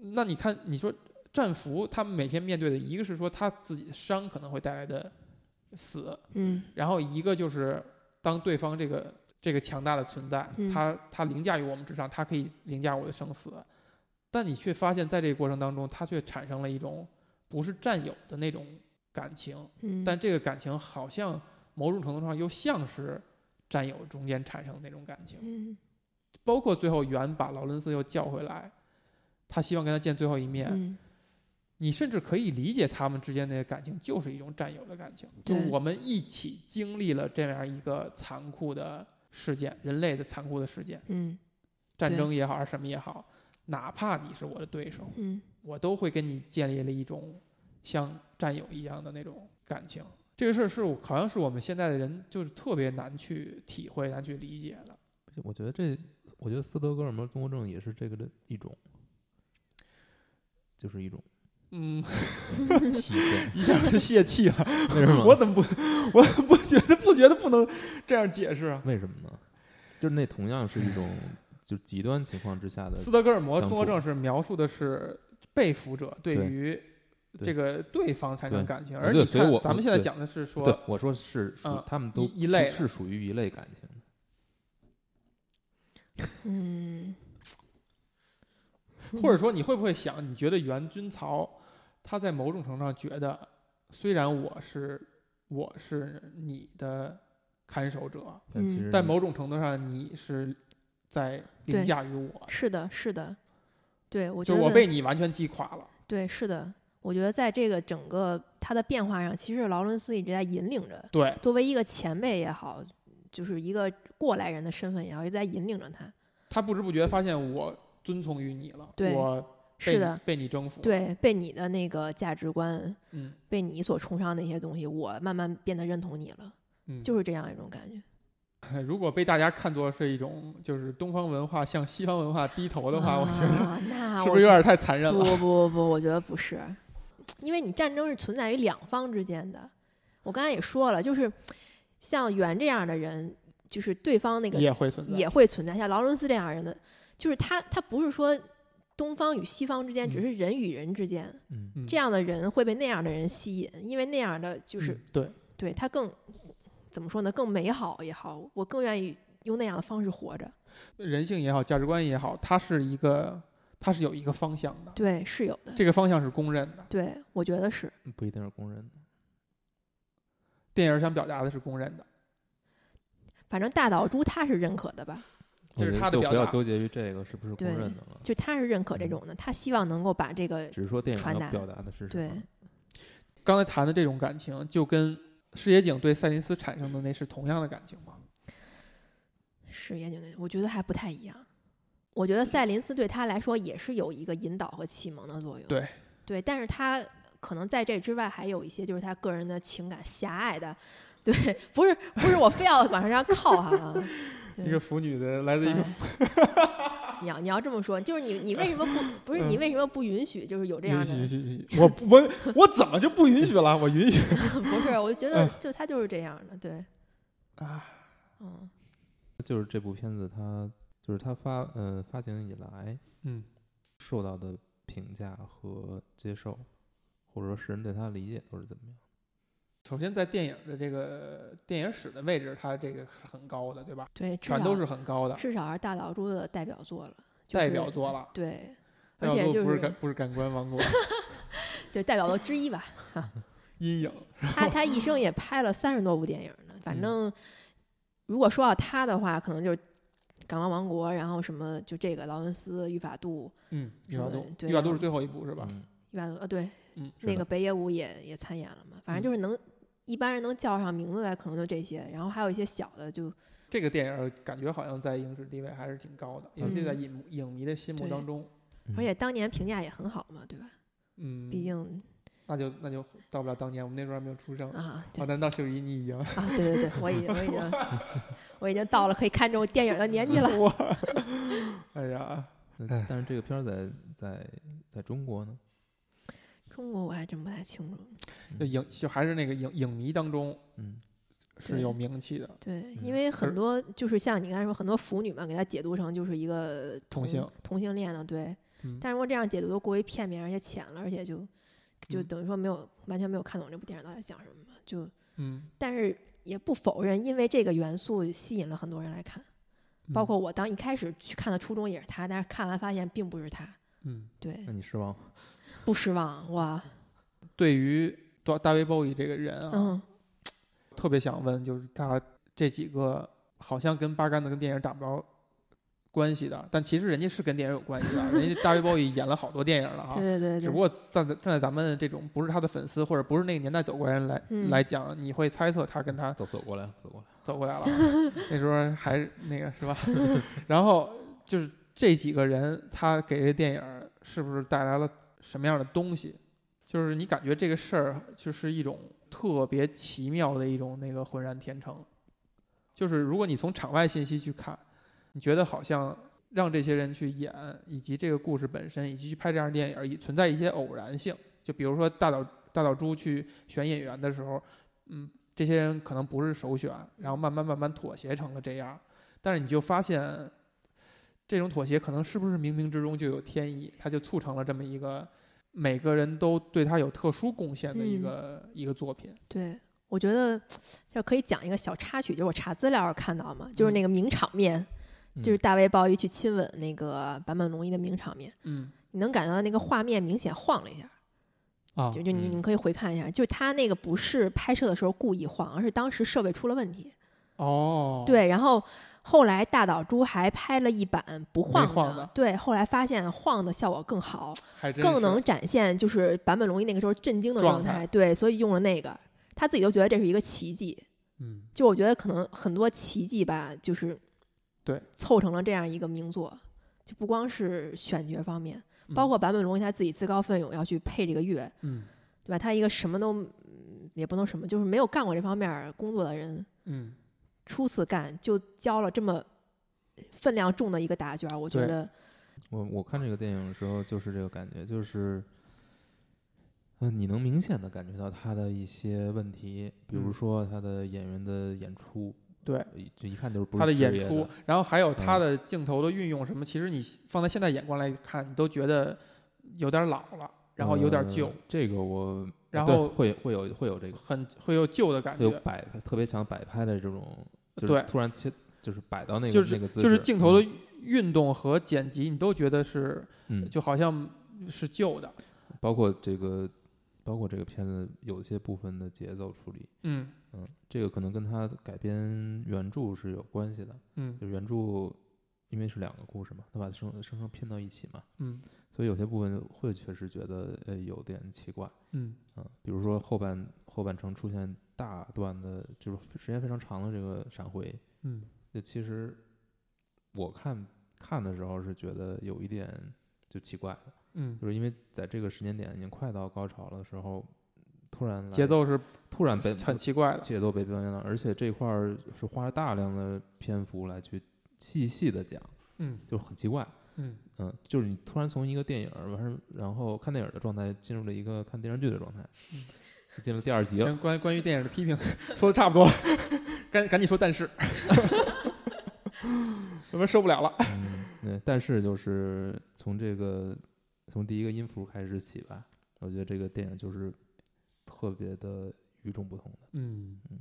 那你看，你说战俘他们每天面对的，一个是说他自己伤可能会带来的死，
嗯
然后一个就是当对方这个这个强大的存在，
嗯
他他凌驾于我们之上，他可以凌驾我的生死，但你却发现在这个过程当中，他却产生了一种不是战友的那种感情，
嗯，
但这个感情好像某种程度上又像是战友中间产生的那种感情。
嗯
包括最后袁把劳伦斯又叫回来，他希望跟他见最后一面。
嗯
你甚至可以理解他们之间的感情就是一种战友的感情，就
对
是我们一起经历了这样一个残酷的事件，人类的残酷的事件，
嗯
战争也好，还是什么也好，哪怕你是我的对手，
嗯
我都会跟你建立了一种像战友一样的那种感情。这个事儿是我好像是我们现在的人就是特别难去体会、难去理解的。
我觉得这，我觉得斯德哥尔摩综合症也是这个的一种，就是一种
嗯，
体现，
一下就泄气了。
为什么？
我怎么不， 我不觉得不觉得不能这样解释啊？
为什么呢？就是那同样是一种就极端情况之下的，
斯德哥尔摩
相
综合
处
症是描述的是被服者对
对
于
对
这个对方产生
对
感情，
我
而
觉得
你
所以
看
我
咱们
我
现在
对
讲的是
对
说，
我说是属
嗯，
他们都
一一类的
是属于一类感情的。
嗯，
嗯
或者说你会不会想，你觉得袁军曹他在某种程度上觉得，虽然我是我是你的看守者，
但其
嗯
实
但
你
某种程度上你是在凌
对
驾于我，
是的，是的，对我觉
就
得
是我被你完全击垮了。
对是的，我觉得在这个整个它的变化上，其实劳伦斯一直在引领着，
对，
作为一个前辈也好，就是一个过来人的身份也好，一直在引领着他。
他不知不觉发现我遵从于你了，
对
我被
是
你
的，
被你征服。，
对，被你的那个价值观，
嗯
被你所崇尚的一些东西，我慢慢变得认同你了，
嗯，
就是这样一种感觉。
如果被大家看作是一种就是东方文化向西方文化低头的话，我觉得
啊那
是
我
不是有
觉
点太残忍
不
了？
不不不，我觉得不是，因为你战争是存在于两方之间的。我刚才也说了，就是像袁这样的人，就是对方那个
也会存在，
也会存在，像劳伦斯这样的人的，就是他他不是说东方与西方之间，
嗯
只是人与人之间，
嗯，
嗯
这样的人会被那样的人吸引，因为那样的就是、
嗯对，
对他更怎么说呢，更美好也好，我更愿意用那样的方式活着。
人性也好，价值观也好，它是一个它是有一个方向的，
对，是有的。
这个方向是公认的。
对，我觉得是。
不一定是公认的。
电影想表达的是公认的，
反正大岛猪他是认可的吧，
我
这是
觉得
他的
就
表
不要
达
纠结于这个是不是公
对
认的了，
就他是认可
嗯
这种的，他希望能够把这个
只是说电影
传
要
达
表达的是什
对
么。
刚才谈的这种感情，就跟视野井对赛林斯产生的那是同样的感情吗？
是研究的，我觉得还不太一样。我觉得赛林斯对他来说也是有一个引导和启蒙的作用。
对，
对，但是他可能在这之外还有一些就是他个人的情感狭隘的，对，不是不是我非要往上这样靠哈、啊。对
腐女的来自
哎嗯你要你要这么说，就是你你为什么不不是你为什么不允许就是有这样
嗯允许允 许
的？
允许，我我我怎么就不允许了？我允许
不是，我就觉
嗯
得就他就是这样的，对，
啊，
嗯
就是这部片子它就是它发呃发行以来
嗯
受到的评价和接受，或者说世人对它的理解都是怎么样？
首先，在电影的这个电影史的位置，它这个是很高的，对吧？
对，至
全都
少
是很高的
至少是大岛猪的代表作了，就是
代表作了。
对，而且就
不是
是
感不是感官王国
就代表了之一吧。
阴影，
他他一生也拍了三十多部电影呢。反正如果说到他的话，可能就是《港湾王国》，然后什么就这个劳伦斯、御法度、
嗯，玉瓦都，
对
玉瓦都是最后一部是吧？
嗯
御法度啊，对，
嗯
是
那
的
个北野武也也参演了嘛。反正就是能、一般人能叫上名字来，可能就这些。然后还有一些小的就，
这个电影感觉好像在影史地位还是挺高的，尤其在影影迷的心目
嗯对
当中，
嗯
而且当年评价也很好嘛，对吧？
嗯，
毕竟
那就那就到不了当年，我们那时候还没有出生。
啊，对
哦，难道秀姨你已经？
啊，对对对，我已经我已经我已经到了可以看这种电影的年纪了。
我，哎呀，
那
哎
但是这个片儿在在在中国呢，
中国我还真不太清楚。
就影就还是那个影影迷当中
嗯，
是
对
有名气的
对，因
嗯
为
而
很多就是像你刚才说，很多腐女嘛，给她解读成就是一个
同性，
同性恋的，对。
嗯
但如果这样解读都过于片面，而且浅了，而且就就
嗯
等于说没有、完全没有看懂这部电影到底想什么嘛。就
嗯，
但是也不否认，因为这个元素吸引了很多人来看，包
嗯
括我当一开始去看的初衷也是他，但是看完发现并不是他，
嗯，啊
对
那，你失望吗？
不失望哇，
嗯对于大大卫鲍伊这个人啊，
嗯
特别想问，就是他这几个好像跟八竿子跟电影打不着关系的，但其实人家是跟电影有关系的，人家大卫鲍伊演了好多电影了啊。
对对
只
对
不过
对，
站在站在咱们这种不是他的粉丝或者不是那个年代走过来人来、
嗯
来讲，你会猜测他跟他
走走过来，走过来，
走过来 了，那时候还是那个是吧？ 然后就是这几个人，他给这电影儿是不是带来了什么样的东西？就是你感觉这个事儿就是一种特别奇妙的一种那个浑然天成，就是如果你从场外信息去看，你觉得好像让这些人去演，以及这个故事本身，以及去拍这样的电影儿，也存在一些偶然性。就比如说大岛大岛猪去选演员的时候，嗯，这些人可能不是首选，然后慢慢慢慢妥协成了这样。但是你就发现，这种妥协可能是不是冥冥之中就有天意，它就促成了这么一个每个人都对他有特殊贡献
嗯
的一个、一个作品。
对。我觉得就可以讲一个小插曲，就是我查资料看到嘛，就是
嗯
那个名场面，就是大卫鲍伊去亲吻那个坂本龙一的名场面，
嗯
你能感觉到那个画面明显晃了一下，
啊
就就你
嗯
你们可以回看一下，就是他那个不是拍摄的时候故意晃，而是当时设备出了问题。
哦，，
对，然后后来大岛猪还拍了一版不晃
晃的
对，后来发现晃的效果更好，
还真
更
是
能展现就是坂本龙一那个时候震惊的
状
状
态
态，对，所以用了那个，他自己都觉得这是一个奇迹，
嗯
就我觉得可能很多奇迹吧，就是
对
凑成了这样一个名作，就不光是选角方面，
嗯
包括坂本龙一他自己自告奋勇要去配这个乐，
嗯
对吧？他一个什么都嗯也不能什么，就是没有干过这方面儿工作的人，
嗯
初次干就交了这么分量重的一个答卷儿，我觉
对
得
我我看这个电影的时候就是这个感觉，就是，嗯、你能明显的感觉到他的一些问题，比如
嗯
说他的演员的演出，
对
呃，这一看就是不是
他的
职
演
业
出
的，
然后还有他
嗯
的镜头的运用什么，其实你放在现在眼光来看，你都觉得有点老了，然后有点
呃
旧，
这个我，啊
然
对
后
会会有会有这个
很会有旧的感
会有
觉。
摆拍特别想摆拍的这种，就是
对
突然切就是摆到那个
就是
那个姿
就
势，嗯
是镜头的运动和剪辑，你都觉得是
嗯，嗯，
就好像是旧的，
包括这个包括这个片子有些部分的节奏处理，
嗯
嗯，这个可能跟他改编原著是有关系的。
嗯
就原著因为是两个故事嘛，他把它生生生拼到一起嘛，
嗯
所以有些部分会确实觉得呃有点奇怪，
嗯
嗯，比如说后半后半程出现大段的，就是时间非常长的这个闪回，
嗯
就其实我看看的时候是觉得有一点就奇怪，
嗯，
就是因为在这个时间点已经快到高潮的时候，突然来
节奏是
突然被
很奇怪的，
节奏被表演了，而且这块儿是花了大量的篇幅来去细细的讲，
嗯
就很奇怪。
嗯
嗯，就是你突然从一个电影儿完事儿，然后看电影儿的状态进入了一个看电视剧的状态
嗯，
就进了第二集了。
行，关关于电影的批评说的差不多了， 赶赶紧说但是， 我们受不了了。
嗯，对，但是就是从这个从第一个音符开始起吧，我觉得这个电影就是特别的与众不同的，
嗯
嗯，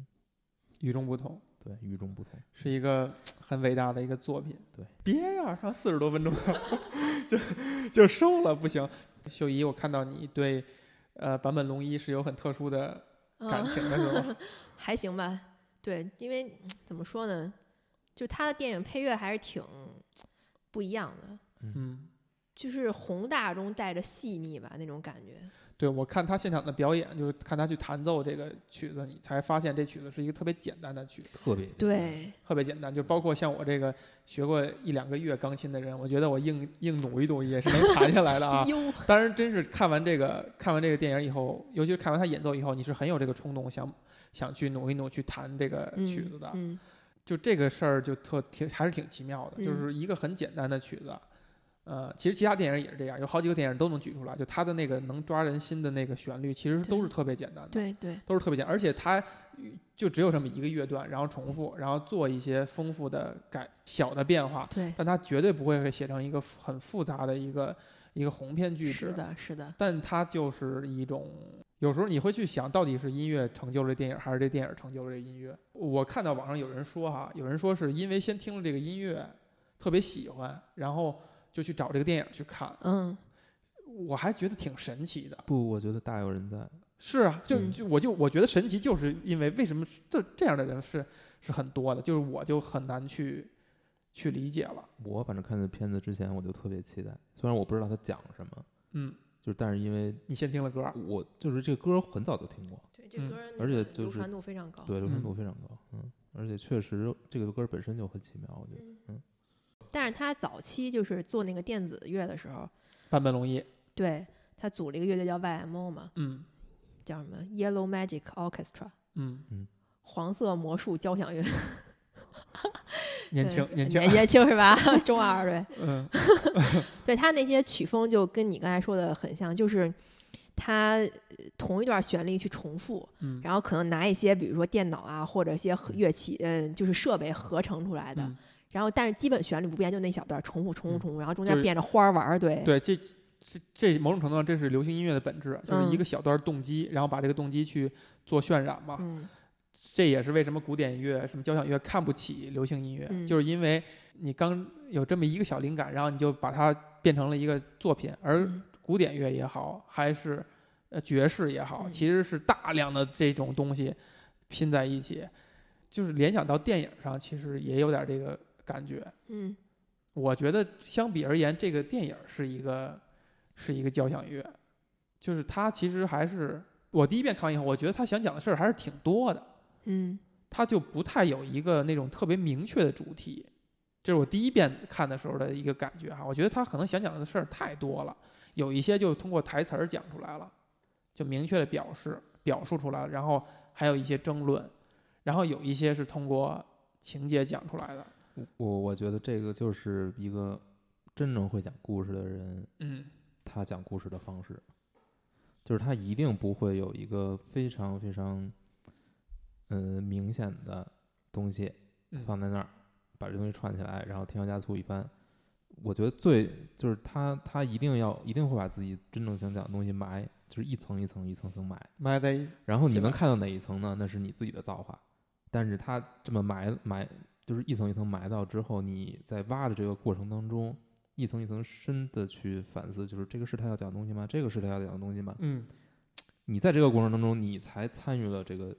与众不同，
对，与众不同。
是一个很伟大的一个作品。
对，
别呀、上四十多分钟， 就收了，不行。秀姨，我看到你对呃坂本龙一是有很特殊的感
嗯
情的，是吗？
还行吧。对，因为嗯怎么说呢，就他的电影配乐还是挺不一样的，
嗯，
就是宏大中带着细腻吧那种感觉。
对，我看他现场的表演，就是看他去弹奏这个曲子，你才发现这曲子是一个特别简单的曲子，
特别，
对，。
特别简单。就包括像我这个学过一两个月钢琴的人，我觉得我硬硬努一努也是能弹下来的啊
哟，
当然，真是看完这个看完这个电影以后，尤其是看完他演奏以后，你是很有这个冲动想想去努一努去弹这个曲子的。
嗯，
就这个事儿就特挺还是挺奇妙的，
嗯
就是一个很简单的曲子。呃，其实其他电影也是这样，有好几个电影都能举出来，就它的那个能抓人心的那个旋律，其实都是特别简单的，
对对，
都是特别简单，而且它就只有这么一个乐段，然后重复，然后做一些丰富的改小的变化，
对，
但它绝对不会写成一个很复杂的一个一个鸿篇巨
是
制。
的，是的，
但它就是一种，有时候你会去想到底是音乐成就了这电影，还是这电影成就了这音乐？我看到网上有人说哈，有人说是因为先听了这个音乐，特别喜欢，然后就去找这个电影去看，
嗯，
我还觉得挺神奇的。
不，我觉得大有人在。
是啊，就
嗯
就我就我觉得神奇，就是因为为什么是这这样的人是是很多的，就是我就很难去去理解了。
我反正看这片子之前我就特别期待，虽然我不知道他讲什么，
嗯，
就是但是因为
你先听了歌儿，
我就是这歌很早就听过，
对，这
嗯
歌儿那
而且
个
就
流
是
传度非常高。
对，流传
嗯
度非常高，嗯，而且确实这个歌本身就很奇妙，我觉得，嗯
嗯，但是他早期就是做那个电子乐的时候，
坂本龙一，
对他组了一个乐队叫 YMO 嘛，
嗯
叫什么 Yellow Magic Orchestra，
嗯，
黄色魔术交响乐，
年轻
对
年轻，
年轻是吧？ 中二对，
嗯
对他那些曲风就跟你刚才说的很像，就是他呃同一段旋律去重复，
嗯，
然后可能拿一些比如说电脑啊或者一些合
嗯
乐器，嗯，就是设备合成出来的，
嗯
然后但是基本旋律不变，就那小段重复重
嗯
复重复，然后中
就
间
是
变着花儿玩儿，对
对，这这这某种程度上，这是流行音乐的本质，就是一
嗯
个小段动机，然后把这个动机去做渲染嘛。
嗯
这也是为什么古典音乐、什么交响乐看不起流行音乐，
嗯
就是因为你刚有这么一个小灵感，然后你就把它变成了一个作品。而
嗯
古典乐也好，还是呃爵士也好，
嗯
其实是大量的这种东西拼在一起，就是联想到电影上，其实也有点这个感觉。
嗯
我觉得相比而言，这个电影是一个是一个交响乐，就是它其实还是我第一遍看完以后，我觉得他想讲的事儿还是挺多的，
嗯
他就不太有一个那种特别明确的主题。这是我第一遍看的时候的一个感觉哈，我觉得他可能想讲的事儿太多了，有一些就通过台词儿讲出来了，就明确的表示表述出来了，然后还有一些争论，然后有一些是通过情节讲出来的，
我我觉得这个就是一个真正会讲故事的人，
嗯
他讲故事的方式，就是他一定不会有一个非常非常，嗯、明显的东西
嗯
放在那儿，把这东西串起来，然后添油加醋一番。我觉得最就是他，他一定要一定会把自己真正想讲的东西埋，就是一层一层一层层埋。
埋在一起
然后你
是
能
吧
看到哪一层呢？那是你自己的造化。但是它这么埋埋，就是一层一层埋到之后，你在挖的这个过程当中，一层一层深的去反思，就是这个是他要讲的东西吗？这个是他要讲的东西吗？
嗯。
你在这个过程当中，你才参与了这个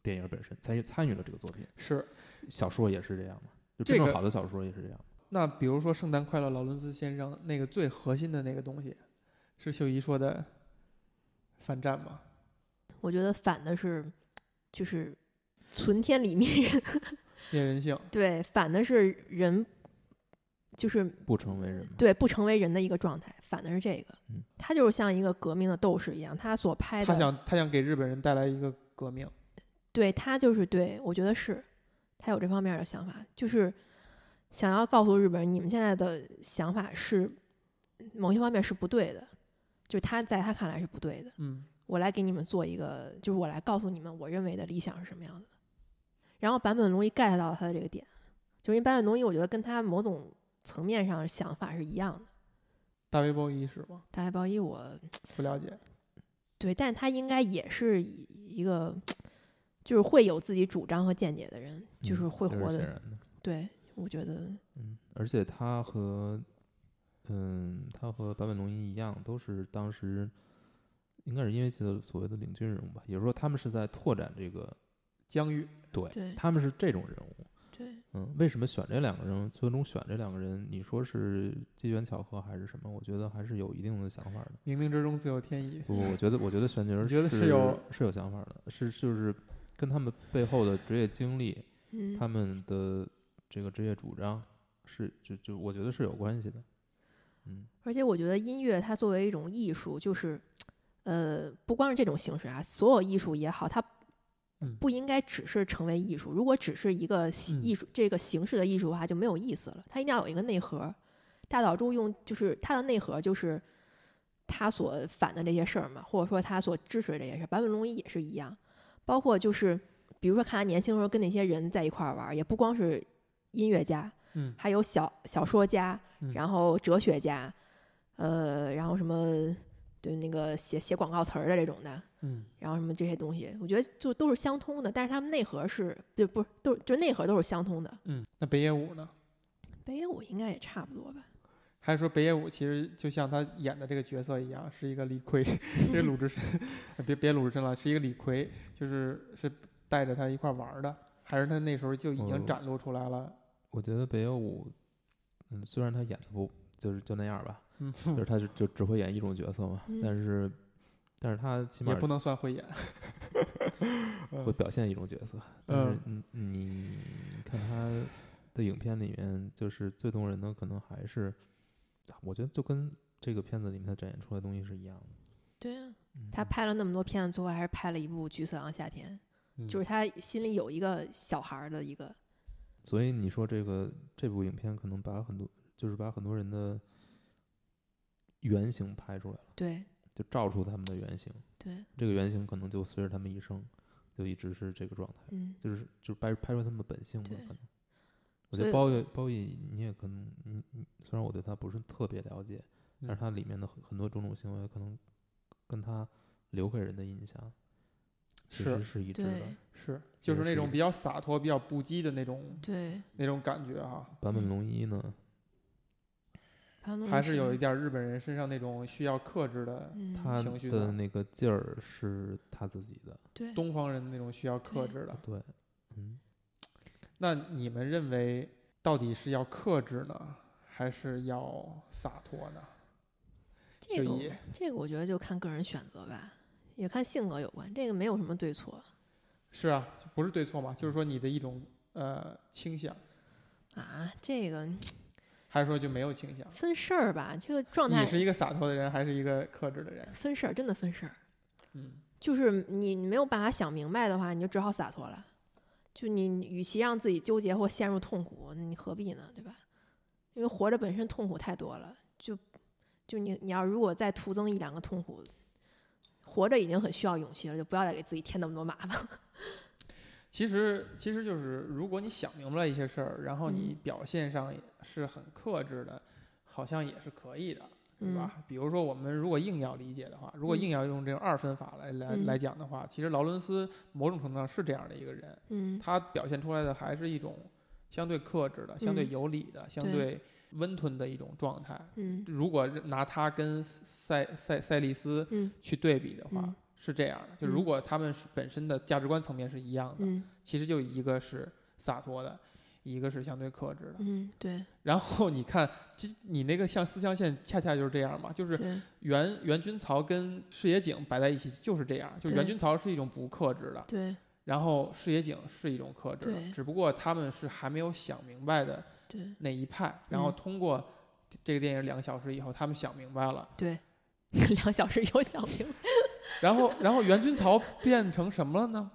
电影本身，参与参与了这个作品。
是，
小说也是这样嘛？就
这
真正
个
好的小说也是这样。
那比如说《圣诞快乐，劳伦斯先生》那个最核心的那个东西，是秀姨说的反战吗？
我觉得反的是就是存天理灭人，
灭人性，
对，反的是人就是
不成为人嘛？
对不成为人的一个状态，反的是这个
嗯。
他就是像一个革命的斗士一样，他所拍
他
的，
想他想给日本人带来一个革命。
对他就是对，我觉得是，他有这方面的想法，就是想要告诉日本人，你们现在的想法是某些方面是不对的，就是他在他看来是不对的。
嗯
我来给你们做一个，就是我来告诉你们我认为的理想是什么样的。然后坂本龙一 get 到了他的这个点，就是因为坂本龙一，我觉得跟他某种层面上想法是一样的。
大卫鲍伊是吗？
大海包一我
不了解。
对，但他应该也是以一个就是会有自己主张和见解的人，就是
嗯
会
这
活
是
的。
显然的。
对，我觉得
嗯，而且他和嗯，他和坂本龙一一样，都是当时应该是音乐界的所谓的领军人物吧，也就是说他们是在拓展这个，
疆域，
对，
对
他们是这种人物。
对，
嗯，为什么选这两个人？最终选这两个人，你说是机缘巧合还是什么？我觉得还是有一定的想法的。
冥冥之中自有天意。
不，我觉得，我觉得选角
你觉得
是
是有
是有想法的，是就是跟他们背后的职业经历，
嗯，
他们的这个职业主张是就就我觉得是有关系的。嗯，
而且我觉得音乐它作为一种艺术，就是，呃，不光是这种形式啊，所有艺术也好，它
嗯
不应该只是成为艺术。如果只是一个形
嗯
艺术、这个形式的艺术的话，就没有意思了。它一定要有一个内核。大岛渚用就是它的内核就是他所反的这些事儿嘛，或者说他所支持的这些事儿。坂本龙一也是一样，包括就是比如说看他年轻时候跟那些人在一块儿玩儿，也不光是音乐家，
嗯
还有小小说家
嗯，
然后哲学家，呃，然后什么对那个写写广告词儿的这种的，
嗯，
然后什么这些东西，我觉得就都是相通的，但是他们内核是就不是都是就内核都是相通的。
嗯，那北野武呢？
北野武应该也差不多吧？
还是说北野武其实就像他演的这个角色一样， 是一个李逵，一个鲁智深，别别鲁智深了，是一个李逵，就是是带着他一块儿玩儿的，还是他那时候就已
哦
经展露出来了？
我觉得北野武，嗯，虽然他演的不就是就那样吧，
嗯，
就是他就就只会演一种角色嘛，
嗯
但是但是他起
也
码
不能算会演。
会表现一种角
嗯
色，但是你你看他的影片里面，就是最动人的可能还是，我觉得就跟这个片子里面他展现出来的东西是一样的。
对啊，
嗯
他拍了那么多片子，最后还是拍了一部《菊次郎夏天》，
嗯
就是他心里有一个小孩儿的一个，
所以你说这个这部影片可能把很多就是把很多人的原型拍出来了，
对
就照出他们的原型，
对，
这个原型可能就随着他们一生就一直是这个状态，
嗯，
就是就是拍拍出他们的本性吧，
对
可能。我觉得
对
包月包奕，你也可能，你你虽然我对他不是特别了解，但是
嗯
他里面的很很多种种行为，可能跟他留给人的印象其
是
实是一致的
对。
是，就是那种比较洒脱、比较不羁的那种
对，
那种感觉啊，
坂
嗯
本龙一呢，
潘东
还是有一点日本人身上那种需要克制的
嗯，
他
情绪
的
的
那个劲儿是他自己的，啊
对
东方人的那种需要克制的。
对，嗯，
那你们认为到底是要克制呢，还是要洒脱呢？
这个
就
我
以
这个我觉得就看个人选择吧，也看性格有关，这个没有什么对错
是啊，就不是对错嘛，就是说你的一种呃倾向，
啊。这个
还是说就没有倾向？
分事儿吧，这个状态
你是一个洒脱的人，还是一个克制的人？
分事儿，真的分事儿。
嗯，
就是你你没有办法想明白的话，你就只好洒脱了。就你与其让自己纠结或陷入痛苦，你何必呢？对吧？因为活着本身痛苦太多了，就就你你要如果再徒增一两个痛苦，活着已经很需要勇气了，就不要再给自己添那么多麻烦。
其实其实就是，如果你想明白了一些事儿，然后
嗯
你表现上也是很克制的，好像也是可以的，对
嗯
吧？，比如说我们如果硬要理解的话，如果硬要用这种二分法来来、
嗯
来讲的话，其实劳伦斯某种程度上是这样的一个人，
嗯，
他表现出来的还是一种相对克制的、相对
嗯
有理的、相对温吞的一种状态。
嗯
如果拿他跟塞塞塞利斯
嗯
去对比的话，
嗯
是这样的。就
嗯
如果他们是本身的价值观层面是一样的，
嗯
其实就一个是洒脱的，一个是相对克制的。
嗯，对
然后你看，这你那个像四象限，恰恰就是这样嘛，就是
对
袁袁军曹跟视野景摆在一起就是这样，就
对
袁军曹是一种不克制的，
对
然后视野景是一种克制的，
对
只不过他们是还没有想明白的
对
那一派，然后
嗯
通过这个电影两个小时以后，他们想明白了，
对， 两小时有想明白。
然后然后袁军曹变成什么了呢？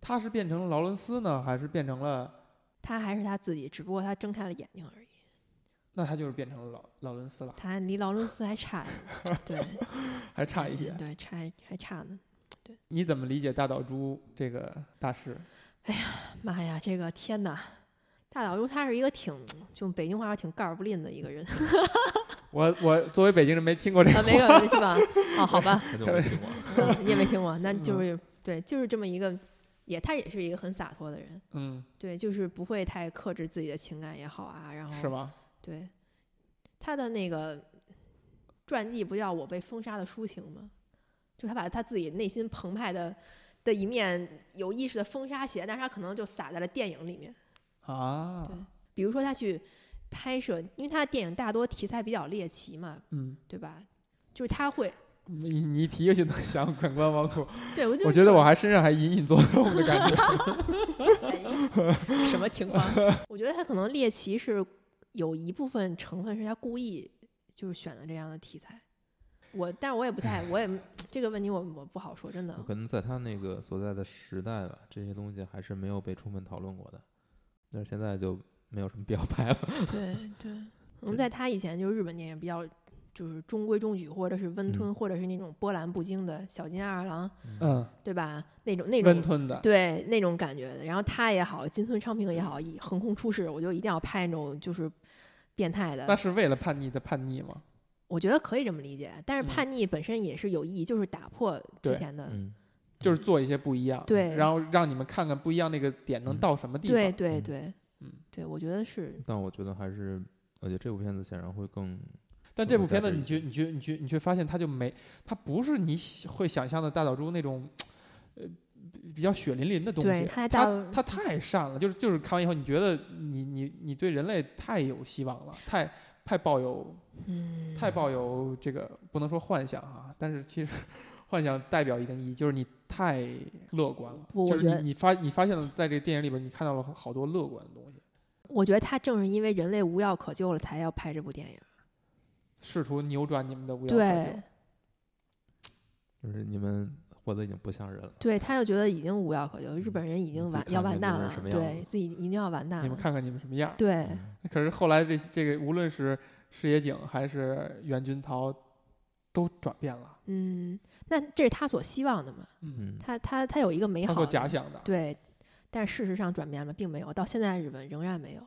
他是变成了劳伦斯呢，还是变成了？
他还是他自己，只不过他睁开了眼睛而已。
那他就是变成了劳劳伦斯了，
他离劳伦斯还 差，对，
还差
哎
一些。
对，差还差呢。
你怎么理解大岛猪这个大师？
妈呀，这个天哪！大岛猪他是一个挺，就北京话说挺盖儿不吝的一个 人，啊，
我我作为北京人没听过这个，
没有没有是吧？哦，好吧，
他就没听过。
嗯你也没听过，那就是对，就是这么一个，也他也是一个很洒脱的人，
嗯，
对，就是不会太克制自己的情感也好啊，然后
是吗？
对，他的那个传记不叫《我被封杀的抒情》吗？就他把他自己内心澎湃的的一面有意识的封杀起来，但是他可能就撒在了电影里面。
啊
对，比如说他去拍摄，因为他的电影大多题材比较猎奇嘛，
嗯，
对吧？就是他会，
你你一提我就能想《感官王国》，
对我就
我觉得我还身上还隐隐作痛的感觉。
什么情况？ 我觉得他可能猎奇是有一部分成分是他故意就是选了这样的题材。我，但是我也不太，我也这个问题我我不好说，真的
我。 可能在他那个所在的时代吧，这些东西还是没有被充分讨论过的，但是现在就没有什么必要拍了。
对对，可能
是
在他以前就是日本电影比较就是中规中矩，或者是温吞，
嗯
或者是那种波澜不惊的小金二郎，
嗯，
对吧？那种 那
温
种
吞的，
对那种感觉的。然后他也好，金村昌平也好，一横空出世，我就一定要拍那种就是变态的
那。是为了叛逆的叛逆吗？
我觉得可以这么理解，但是
嗯
叛逆本身也是有意义，就是打破之
对
前的。
嗯，
就是做一些不一样，
对
然后让你们看看不一样那个点能到什么地方。
对对
嗯
对，
嗯
对，我觉得是
但我觉得还是，我觉得这部片子显然会更
但这部片子
更
你
加
去
这
你去你去你去发现它就没，它不是你喜会想象的大岛猪那种，呃，比比较血淋淋的东
对
西。
它
它
大岛
它太善了，就是就是看完以后，你觉得你你你对人类太有希望了，太太抱有
嗯，
太抱有这个不能说幻想啊，但是其实幻想代表一定意义，就是你太乐观了，
不我
就是
觉得
你你发你发现了在这个电影里边，你看到了好多乐观的东西，
我觉得他正是因为人类无药可救了，才要拍这部电影。
试图扭转你们的无药可救
对。
就是你们活得已经不像人了。
对，他就觉得已经无药可救，日本人已经
自己
完
看
要
看
完
日
蛋
本人
了
什，么样
对
子
自己一定要完蛋
你们
了。
看看你们什么样儿？
对，
嗯
可是后来这这个无论是石野井还是袁君曹，都转变了。
嗯，那这是他所希望的嘛？
嗯，
他他他有一个美
他
好
所
的
假想的，
对，但事实上转变了，并没有，到现在日本仍然没有。